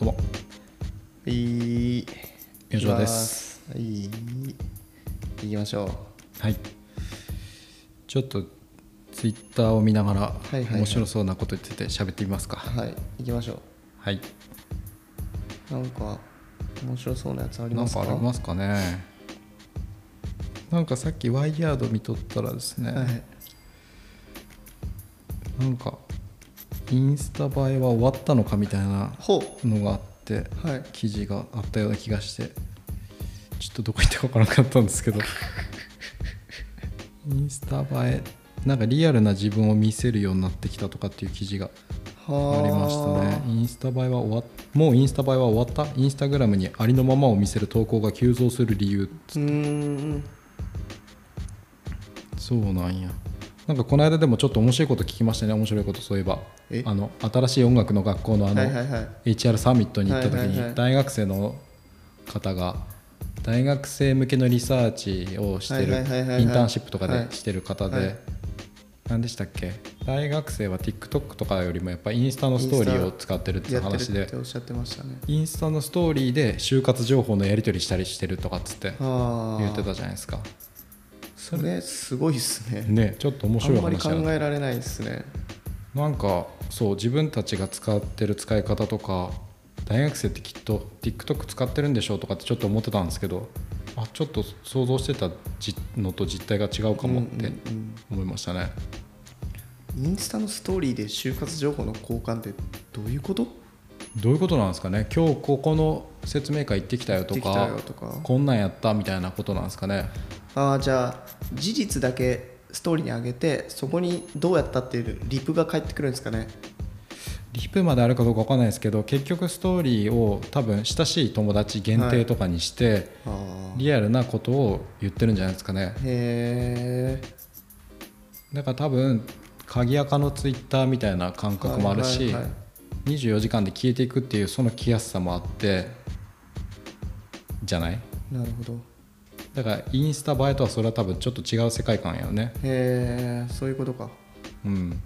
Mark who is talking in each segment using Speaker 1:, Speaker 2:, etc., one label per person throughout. Speaker 1: どうも
Speaker 2: いい
Speaker 1: 明星です
Speaker 2: いきますはい行きましょ
Speaker 1: はいちょっとツイッターを見ながら、
Speaker 2: いはいはい
Speaker 1: 面白そうなこと言ってて喋ってみますか
Speaker 2: うはい行きましょ
Speaker 1: はい、
Speaker 2: うなんか面白そうなやつあり
Speaker 1: な
Speaker 2: ま
Speaker 1: ん
Speaker 2: すか
Speaker 1: かありますかねなんかさっきワイヤード見とったらですね、
Speaker 2: はい
Speaker 1: なんかインスタ映えは終わったのかみたいな
Speaker 2: ほ
Speaker 1: のがあって
Speaker 2: うはい
Speaker 1: 記事があったような気がしてちょっとどこ行ったか分からなかったんですけ どインスタ映えなんかリアルな自分を見せるようになってきたとかっていう記事が
Speaker 2: は
Speaker 1: ありましたねインスタ映えは終わっもうインスタ映えは終わったインスタグラムにありのままを見せる投稿が急増する理由
Speaker 2: うーん
Speaker 1: そうなんやなんかこの間でもちょっと面白いこと聞きましたね面白いことそういえば
Speaker 2: え
Speaker 1: あの新しい音楽の学校のあの、
Speaker 2: はいはいはい
Speaker 1: HR サミットに行った時
Speaker 2: はいはいは
Speaker 1: に
Speaker 2: い
Speaker 1: 大学生の方が大学生向けのリサーチをしてるイ
Speaker 2: は
Speaker 1: ン
Speaker 2: い
Speaker 1: タ
Speaker 2: はいはいはいはい
Speaker 1: ーンシップとか
Speaker 2: はい
Speaker 1: でしてる方
Speaker 2: はい
Speaker 1: で何でしたっけ大学生は TikTok とかよりもやっぱインスタのストーリーを使ってるっていう
Speaker 2: やって
Speaker 1: 話
Speaker 2: るっ
Speaker 1: で
Speaker 2: ておっしゃってましたね
Speaker 1: インスタのストーリーで就活情報のやり取りしたりしてるとかっつって
Speaker 2: ああ
Speaker 1: 言ってたじゃないですか
Speaker 2: それすごいっすね
Speaker 1: ねちょっと面
Speaker 2: あん
Speaker 1: 白い
Speaker 2: まり
Speaker 1: 話
Speaker 2: 考
Speaker 1: だな
Speaker 2: えられないですね
Speaker 1: なんかそう自分たちが使ってる使い方とか大学生ってきっと TikTok 使ってるんでしょうとかってちょっと思ってたんですけどあちょっと想像してたじのと実態が違うかもっ
Speaker 2: う
Speaker 1: て
Speaker 2: んうん
Speaker 1: 思いましたね、
Speaker 2: うんインスタのストーリーで就活情報の交換ってどういうこと
Speaker 1: どういうことなんですかね今日ここの説明会行ってきたよと
Speaker 2: 行ってき
Speaker 1: か
Speaker 2: たよとか
Speaker 1: こんなんやったみたいなことなんですかね
Speaker 2: ああじゃあ事実だけストーリーに上げてそこにどうやったっていうリプが返ってくるんですかね
Speaker 1: リプまであるかどうか分かんないですけど結局ストーリーを多分親しい友達限定とかにして、
Speaker 2: ああ
Speaker 1: リアルなことを言ってるんじゃないですかね
Speaker 2: へえ
Speaker 1: だから多分鍵垢のツイッターみたいな感覚もあるし、
Speaker 2: はいはいはい
Speaker 1: 24時間で消えていくっていうその来やすさもあってじゃない
Speaker 2: なるほど
Speaker 1: だからインスタ映えとはそれは多分ちょっと違う世界観やよね
Speaker 2: へえそういうことか
Speaker 1: うん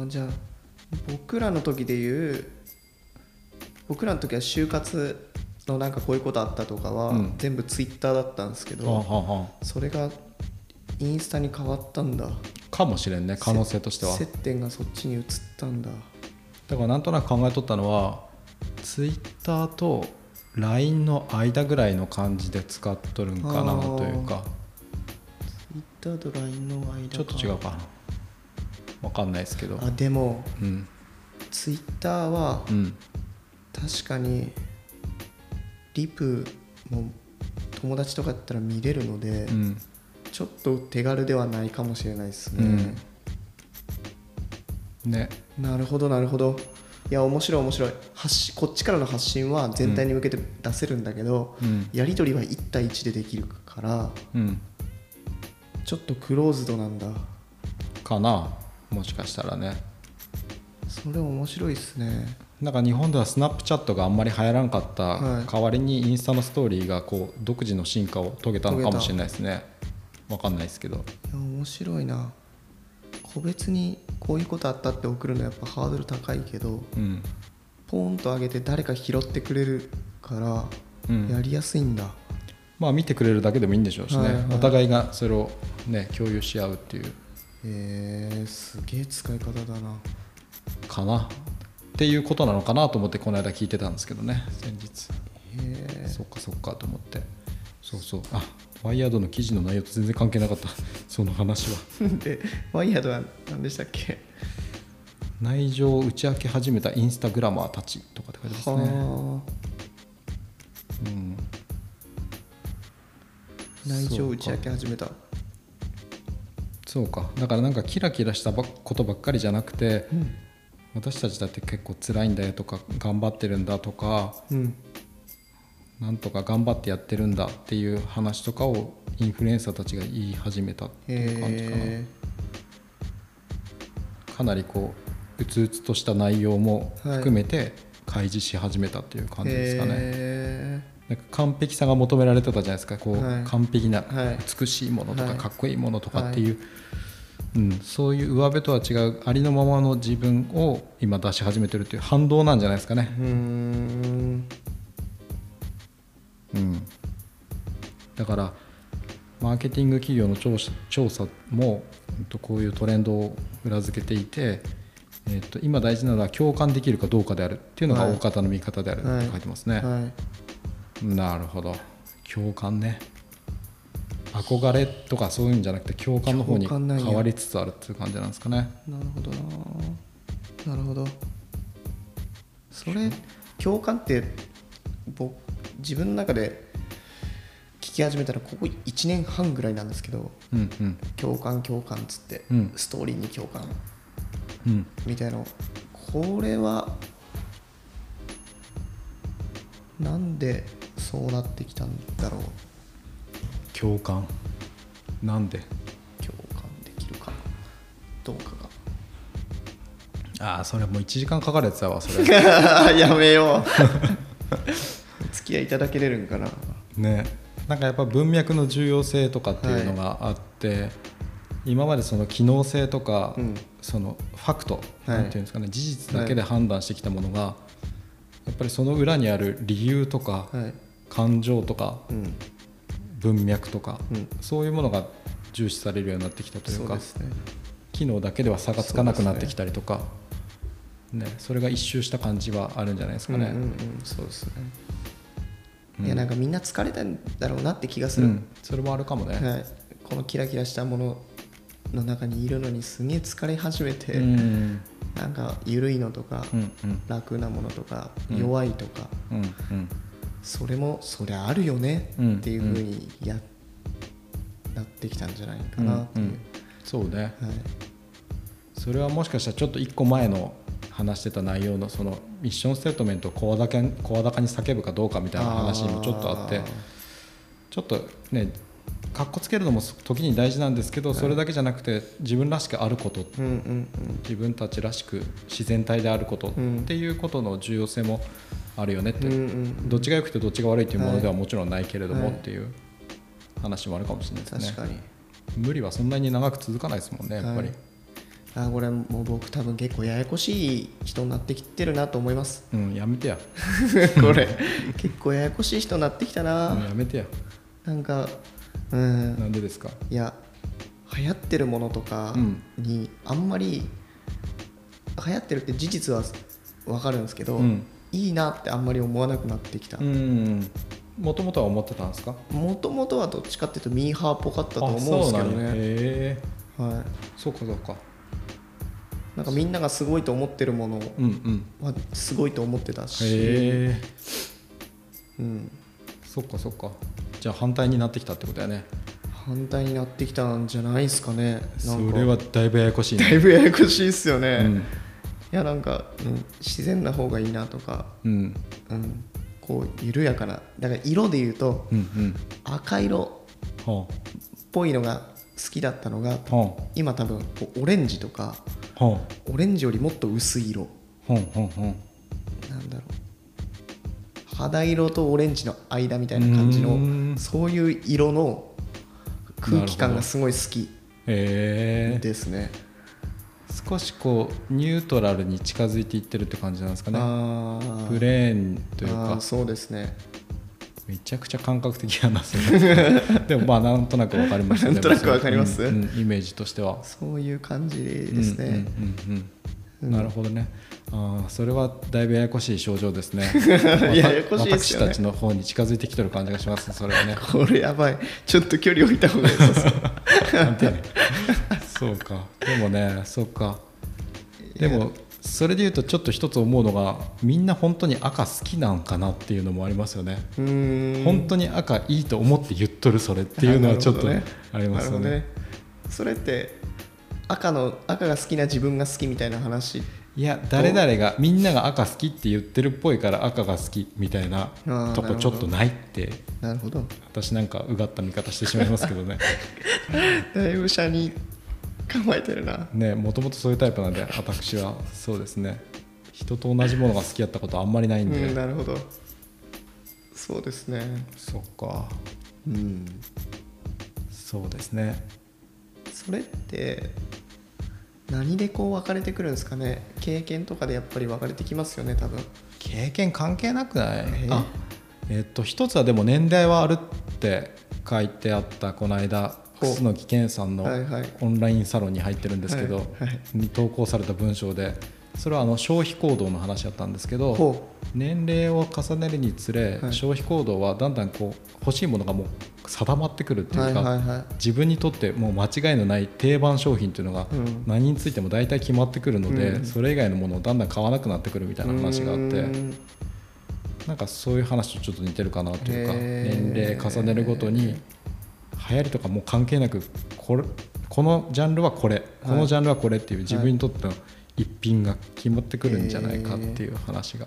Speaker 2: ああじゃあ僕らの時で言う僕らの時は就活のなんかこういうことあったとかは、
Speaker 1: うん
Speaker 2: 全部ツイッターだったんですけ
Speaker 1: はあは
Speaker 2: ど
Speaker 1: あは
Speaker 2: それがインスタに変わったんだ
Speaker 1: あかもしれんね可能性としては
Speaker 2: 接点がそっちに移ったんだ
Speaker 1: だからなんとなく考えとったのはツイッターと LINE の間ぐらいの感じで使っとるんかなというか
Speaker 2: ツイッターと LINE の間か
Speaker 1: ちょっと違うかな分かんないですけど
Speaker 2: あでも
Speaker 1: うん
Speaker 2: ツイッターは
Speaker 1: うん
Speaker 2: 確かにリプも友達とかだったら見れるので、
Speaker 1: うん
Speaker 2: ちょっと手軽ではないかもしれないですね、
Speaker 1: ね
Speaker 2: なるほどなるほどいや面白い面白い発しこっちからの発信は全体に向けて出せるんだけど、
Speaker 1: うん
Speaker 2: やり取りは1対1でできるから
Speaker 1: うん
Speaker 2: ちょっとクローズドなんだ
Speaker 1: かなもしかしたらね
Speaker 2: それ面白いですね
Speaker 1: なんか日本ではスナップチャットがあんまり流行らんかった、
Speaker 2: はい
Speaker 1: 代わりにインスタのストーリーがこう独自の進化を遂げたのかもしれないですねわかんないですけど
Speaker 2: いや面白いな個別にこういうことあったって送るのやっぱハードル高いけど
Speaker 1: うん
Speaker 2: ポーンと上げて誰か拾ってくれるか
Speaker 1: う
Speaker 2: らや
Speaker 1: ん
Speaker 2: りやすいんだ、
Speaker 1: まあ見てくれるだけでもいいんでしょうしね、
Speaker 2: はいはい
Speaker 1: お互いがそれをね共有し合うっていう
Speaker 2: へえすげえ使い方だな
Speaker 1: かなっていうことなのかなと思ってこの間聞いてたんですけどね先日
Speaker 2: へえ
Speaker 1: そっかそっかと思ってそうそうあワイヤードの記事の内容と全然関係なかったその話は
Speaker 2: でワイヤード は何でしたっけ
Speaker 1: 内情を打ち明け始めたインスタグラマーたちとかって書いてますね、
Speaker 2: は
Speaker 1: うん、
Speaker 2: あ内情を打ち
Speaker 1: そう
Speaker 2: 明
Speaker 1: か
Speaker 2: け始めた
Speaker 1: そうかだからなんかキラキラしたばっことばっかりじゃなくて
Speaker 2: うん、
Speaker 1: 私たちだって結構辛いんだよとか頑張ってるんだとか
Speaker 2: うん、
Speaker 1: なんとか頑張ってやってるんだっていう話とかをインフルエンサーたちが言い始めたっていう感じかな、
Speaker 2: へ
Speaker 1: かなりこううつうつとした内容も含めて開示し始めたっていう
Speaker 2: え
Speaker 1: 感じですかね、
Speaker 2: へ
Speaker 1: なんか完璧さが求められてたじゃないですかこう、
Speaker 2: はい
Speaker 1: 完璧な
Speaker 2: はい
Speaker 1: 美しいものとか、
Speaker 2: はい
Speaker 1: かっこいいものとかっていううん、そういう上辺とは違うありのままの自分を今出し始めてるっていう反動なんじゃないですかね
Speaker 2: う、ーん
Speaker 1: うん、だからマーケティング企業の調査調査も、うんとこういうトレンドを裏付けていて、えっと今大事なのは共感できるかどうかであるっていうのが
Speaker 2: はい
Speaker 1: 大方の見方であるって書いてますね、
Speaker 2: はい
Speaker 1: なるほど共感ね憧れとかそういうんじゃなくて共感の方に
Speaker 2: 共感なんや
Speaker 1: 変わりつつあるっていう感じなんですかね
Speaker 2: なるほどななるほどそれ共感って僕自分の中で聞き始めたらここ1年半ぐらいなんですけど
Speaker 1: うんうん
Speaker 2: 共感共感っつって、
Speaker 1: うん
Speaker 2: ストーリーに共感
Speaker 1: うん
Speaker 2: みたいなのこれはなんでそうなってきたんだろう
Speaker 1: 共感なんで
Speaker 2: 共感できるかどうかが
Speaker 1: ああそれもう1時間かかるやつだわそ れ
Speaker 2: やめよう お付き合いいただけれるんかな
Speaker 1: ねなんかやっぱ文脈の重要性とかっていうのがあって、今までその機能性とか、
Speaker 2: うん
Speaker 1: そのファクト、
Speaker 2: い
Speaker 1: なんていうんですかね事実だけで判断してきたものが、やっぱりその裏にある理由とか、
Speaker 2: はい
Speaker 1: 感情とか
Speaker 2: うん
Speaker 1: 文脈とか、
Speaker 2: うん
Speaker 1: そういうものが重視されるようになってきたとい
Speaker 2: そうう
Speaker 1: か
Speaker 2: ですね
Speaker 1: 機能だけでは差がつかなくなってきたりとかそ,、ねそれが一周した感じはあるんじゃないですか
Speaker 2: うんうん
Speaker 1: ね。
Speaker 2: うんそうですね
Speaker 1: うん
Speaker 2: いやなんかみんな疲れたんだろうなって気がする、
Speaker 1: うんそれもあるかもね、
Speaker 2: はい、このキラキラしたものの中にいるのにすげえ疲れ始めて、
Speaker 1: うん
Speaker 2: なんか緩いのとか、
Speaker 1: うんうん
Speaker 2: 楽なものとか、
Speaker 1: うん
Speaker 2: 弱いとか
Speaker 1: うんうん
Speaker 2: それもそりゃあるよね
Speaker 1: うん
Speaker 2: っていうふうにや、なってきたんじゃないかなっていう、
Speaker 1: うんうんそうね
Speaker 2: はい、
Speaker 1: それはもしかしたらちょっと一個前の話してた内容のそのミッションステートメントを声高に声高に叫ぶかどうかみたいな話にもちょっとあって
Speaker 2: ー
Speaker 1: ちょっとねかっこつけるのも時に大事なんですけどそれだけじゃなくて自分らしくあること
Speaker 2: うんうんうん
Speaker 1: 自分たちらしく自然体であることっ
Speaker 2: うん
Speaker 1: ていうことの重要性もあるよねって、
Speaker 2: うんうん
Speaker 1: どっちが良くてどっちが悪いっていうものでは
Speaker 2: は
Speaker 1: もちろんないけれど
Speaker 2: は
Speaker 1: も
Speaker 2: い
Speaker 1: っていう話もあるかもしれないですね。
Speaker 2: 確かに、
Speaker 1: 無理はそんなに長く続かないですもんねやっぱり、
Speaker 2: はいあーこれもう僕多分結構ややこしい人になってきてるなと思います
Speaker 1: うんやめてや、
Speaker 2: これ結構ややこしい人になってきたな、
Speaker 1: うんやめてや
Speaker 2: なんかうん
Speaker 1: なんでですか
Speaker 2: いや流行ってるものとか
Speaker 1: うん
Speaker 2: にあんまり流行ってるって事実は分かるんですけど、
Speaker 1: うん
Speaker 2: いいなってあんまり思わなくなってきた
Speaker 1: うんもともとは思ってたんですか
Speaker 2: もともとはどっちかっていうとミーハーっぽかったと
Speaker 1: あ
Speaker 2: 思うんですけど
Speaker 1: そうなんやへ
Speaker 2: ね
Speaker 1: え
Speaker 2: は
Speaker 1: そうかそうか
Speaker 2: い、なんかみんながすごいと思ってるもの
Speaker 1: うんうん
Speaker 2: はすごいと思ってたし、
Speaker 1: へえ
Speaker 2: うん、
Speaker 1: そっかそっかじゃあ反対になってきたってことやね
Speaker 2: 反対になってきたんじゃないですかねなんか
Speaker 1: それはだいぶややこしい
Speaker 2: だ
Speaker 1: ね
Speaker 2: いぶややこしいっすよね、
Speaker 1: う
Speaker 2: い
Speaker 1: ん
Speaker 2: やなんか、うん、自然な方がいいなとか
Speaker 1: うん
Speaker 2: うん、こう緩やかなだから色で言うと
Speaker 1: うんうん
Speaker 2: 赤色
Speaker 1: は
Speaker 2: っぽいのが好きだったのが
Speaker 1: あは
Speaker 2: 今多分こうオレンジとか
Speaker 1: あは
Speaker 2: オレンジよりもっと薄い色
Speaker 1: あはあはあは
Speaker 2: なんだろう肌色とオレンジの間みたいな感じ
Speaker 1: うー
Speaker 2: の
Speaker 1: ん
Speaker 2: そういう色の空気感がすごい好き
Speaker 1: ええ
Speaker 2: ですね。
Speaker 1: 少しこうニュートラルに近づいていってるって感じなんですかね
Speaker 2: あー
Speaker 1: プレーンという
Speaker 2: あ
Speaker 1: か
Speaker 2: ーそうですね。
Speaker 1: めちゃくちゃ感覚的やなそれ でもまあなんとなくわかりましたね
Speaker 2: なんとなくわかります
Speaker 1: うんうんイメージとしては
Speaker 2: そういう感じですね。
Speaker 1: うんうんうんうん
Speaker 2: うん
Speaker 1: なるほどねああそれはだいぶややこしい症状ですね
Speaker 2: ややこしいです
Speaker 1: 私
Speaker 2: よね
Speaker 1: たちの方に近づいてきてる感じがしますそれはね
Speaker 2: これやばい。ちょっと距離置いた方がいいです。
Speaker 1: なん てそうかでもねそうか でもそれでいうとちょっと一つ思うのがみんな本当に赤好きなんかなっていうのもありますよね
Speaker 2: うーん
Speaker 1: 本当に赤いいと思って言っとるそれっていうのはちょっと
Speaker 2: な
Speaker 1: あ
Speaker 2: るほど
Speaker 1: りますよ
Speaker 2: なる
Speaker 1: ね
Speaker 2: ほどそれって赤の赤が好きな自分が好きみたいな話
Speaker 1: いや誰々がみんなが赤好きって言ってるっぽいから赤が好きみたいな
Speaker 2: あー
Speaker 1: と
Speaker 2: なるほ
Speaker 1: こ
Speaker 2: ど
Speaker 1: ちょっとないって
Speaker 2: なるほど
Speaker 1: 私なんかうがった見方してしまいますけ どね
Speaker 2: だいぶ車に構えてるな
Speaker 1: ねもともとそういうタイプなんで私はそうですね人と同じものが好きやったことあんまりない
Speaker 2: うん
Speaker 1: で、
Speaker 2: んなるほどそうですね
Speaker 1: そっか
Speaker 2: うん
Speaker 1: そうですね
Speaker 2: それって何でこう分かれてくるんですかね経験とかでやっぱり分かれてきますよね多分
Speaker 1: 経験関係なくない
Speaker 2: え
Speaker 1: あえっと一つはでも年代はあるって書いてあったこの間
Speaker 2: ほう
Speaker 1: 楠木健さんの
Speaker 2: はいはい
Speaker 1: オンラインサロンに入ってるんですけど、
Speaker 2: はいはい
Speaker 1: に投稿された文章でそれはあの消費行動の話だったんですけど、
Speaker 2: ほ
Speaker 1: 年齢を重ねるにつれ、
Speaker 2: はい
Speaker 1: 消費行動はだんだんこう欲しいものがもう定まってくるって
Speaker 2: う
Speaker 1: いうか、
Speaker 2: はいはいは
Speaker 1: 自分にとってもう間違いのない定番商品っていうのが
Speaker 2: うん
Speaker 1: 何についても大体決まってくるので、
Speaker 2: うん
Speaker 1: それ以外のものをだんだん買わなくなってくるみた
Speaker 2: い
Speaker 1: いな話があって
Speaker 2: うん
Speaker 1: なんかそういう話とちょっと似てるかなというか
Speaker 2: へー
Speaker 1: 年齢重ねるごとに流行りとかもう関係なくこれこのジャンルはこれこのジャンルはこれっていう自分にとっての一品が決まってくるんじゃないかっていう話が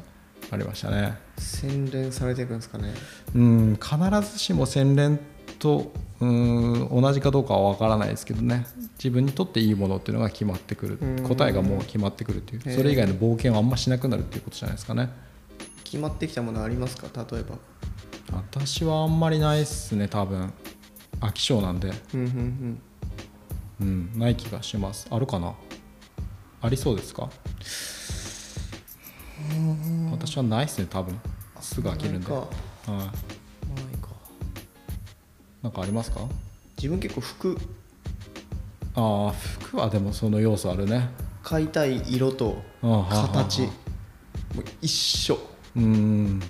Speaker 1: ありましたね。
Speaker 2: 洗練されていくんですかね
Speaker 1: うん必ずしも洗練とうん同じかどうかは分からないですけどね自分にとっていいものっていうのが決まってくる
Speaker 2: うん
Speaker 1: 答えがもう決まってくるってい
Speaker 2: へ
Speaker 1: う
Speaker 2: え
Speaker 1: それ以外の冒険をあんましなくなるっていうことじゃないですかね
Speaker 2: 決まってきたものありますか例えば
Speaker 1: 私はあんまりないっすね多分飽き性なんで
Speaker 2: うんうんうん
Speaker 1: うんない気がしますあるかなありそうですか私はないっすね多分すぐ飽きるんで、
Speaker 2: な
Speaker 1: はい
Speaker 2: か、ないか
Speaker 1: なんかありますか
Speaker 2: 自分結構服
Speaker 1: ああ服はでもその要素あるね
Speaker 2: 買いたい色と
Speaker 1: 形
Speaker 2: 形もう一緒
Speaker 1: うーん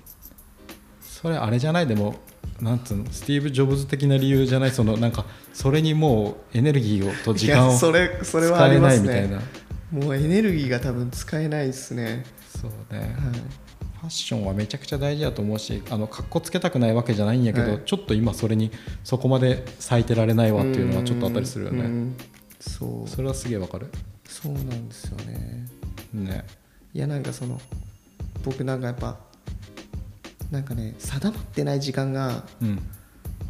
Speaker 1: それあれじゃないでもなんつうのスティーブ・ジョブズ的な理由じゃないそのなんかそれにもうエネルギーをと時間
Speaker 2: い
Speaker 1: を
Speaker 2: やそ
Speaker 1: 使
Speaker 2: れそれはあり
Speaker 1: え
Speaker 2: ま
Speaker 1: ない
Speaker 2: す
Speaker 1: みたい
Speaker 2: ね
Speaker 1: な
Speaker 2: もうエネルギーが多分使えないですね
Speaker 1: そうね
Speaker 2: はい
Speaker 1: ファッションはめちゃくちゃ大事だと思うしあの格好つけたくないわけじゃないんやけど、
Speaker 2: はい
Speaker 1: ちょっと今それにそこまで咲いてられないわっていうのはちょっとあったりするよ
Speaker 2: う
Speaker 1: ね
Speaker 2: んそう
Speaker 1: それはすげえわかる
Speaker 2: そうなんですよね
Speaker 1: ね
Speaker 2: いやなんかその僕なんかやっぱなんかね定まってない時間が
Speaker 1: うん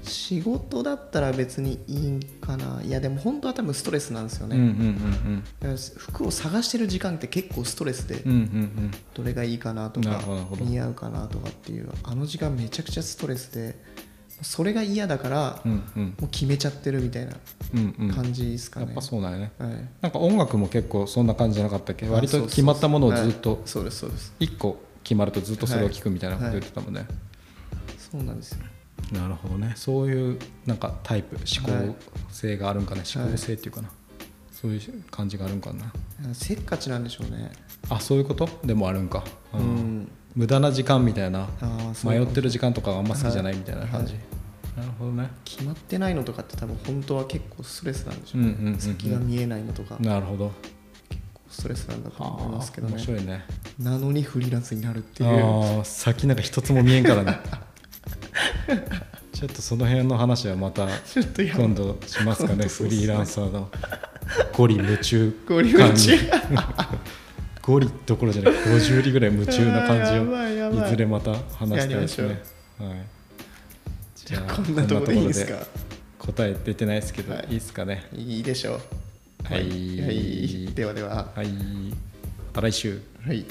Speaker 2: 仕事だったら別にいいんかないやでも本当は多分ストレスなんですよ
Speaker 1: うんうん
Speaker 2: ね、だから服を探してる時間って結構ストレスで
Speaker 1: うんうんうんうん
Speaker 2: どれがいいかなと
Speaker 1: な
Speaker 2: か
Speaker 1: るほどなるほど
Speaker 2: 似合うかなとかっていうあの時間めちゃくちゃストレスでそれが嫌だから
Speaker 1: う
Speaker 2: も
Speaker 1: んうん
Speaker 2: う決めちゃってるみたいな
Speaker 1: うんうん
Speaker 2: 感じですか
Speaker 1: や
Speaker 2: ね、
Speaker 1: っぱそうだよね
Speaker 2: はい
Speaker 1: なんか音楽も結構そんな感じじゃなかったっけ割
Speaker 2: あ
Speaker 1: と
Speaker 2: そうそう
Speaker 1: 決まったものをずっ
Speaker 2: はい
Speaker 1: と
Speaker 2: そうですそうです
Speaker 1: 1個決まるとずっとそれを聞くみたいなこと言ってたもんね、
Speaker 2: そうなんですよ
Speaker 1: なるほどねそういうなんかタイプ思考性があるんかね、
Speaker 2: はい
Speaker 1: 思考性っていうかな、そういう感じがあるんかな
Speaker 2: せっかちなんでしょうね
Speaker 1: あそういうことでもあるんか、う
Speaker 2: うんん
Speaker 1: 無駄な時間みたいな
Speaker 2: ああそう
Speaker 1: 迷ってる時間とかがあんま好きじゃないみたいな感じ、
Speaker 2: はい
Speaker 1: なるほどね
Speaker 2: 決まってないのとかって多分本当は結構ストレスなんでし
Speaker 1: う
Speaker 2: ょ
Speaker 1: ん
Speaker 2: う
Speaker 1: う
Speaker 2: ね、
Speaker 1: んうんうん
Speaker 2: 先が見えないのとか
Speaker 1: なるほど
Speaker 2: ストレスなんだと
Speaker 1: は
Speaker 2: 思います
Speaker 1: あ
Speaker 2: けど
Speaker 1: 面
Speaker 2: ね
Speaker 1: 白いね
Speaker 2: なのにフリーランスになるってい
Speaker 1: あ
Speaker 2: う
Speaker 1: ー先なんか一つも見えんから ねちょっとその辺の話はまた
Speaker 2: ちょっとやばい
Speaker 1: 今度しますか
Speaker 2: 本
Speaker 1: ね
Speaker 2: 当そ
Speaker 1: フ
Speaker 2: うっすね
Speaker 1: リーランサーのゴリ夢中
Speaker 2: ゴリ夢中
Speaker 1: 感じゴリどころじゃなく50里ぐらい夢中な
Speaker 2: あーや
Speaker 1: 感
Speaker 2: ばい
Speaker 1: じ
Speaker 2: や
Speaker 1: を
Speaker 2: ば
Speaker 1: い
Speaker 2: い
Speaker 1: ずれまた話したいです
Speaker 2: や
Speaker 1: ね
Speaker 2: りま。
Speaker 1: はい、
Speaker 2: じゃあこんなとこでいいですか
Speaker 1: 答え出てないですけど、
Speaker 2: は
Speaker 1: い、
Speaker 2: い
Speaker 1: いですかね。
Speaker 2: いいでしょう
Speaker 1: はい
Speaker 2: はいではでは
Speaker 1: はい、また来週。
Speaker 2: はい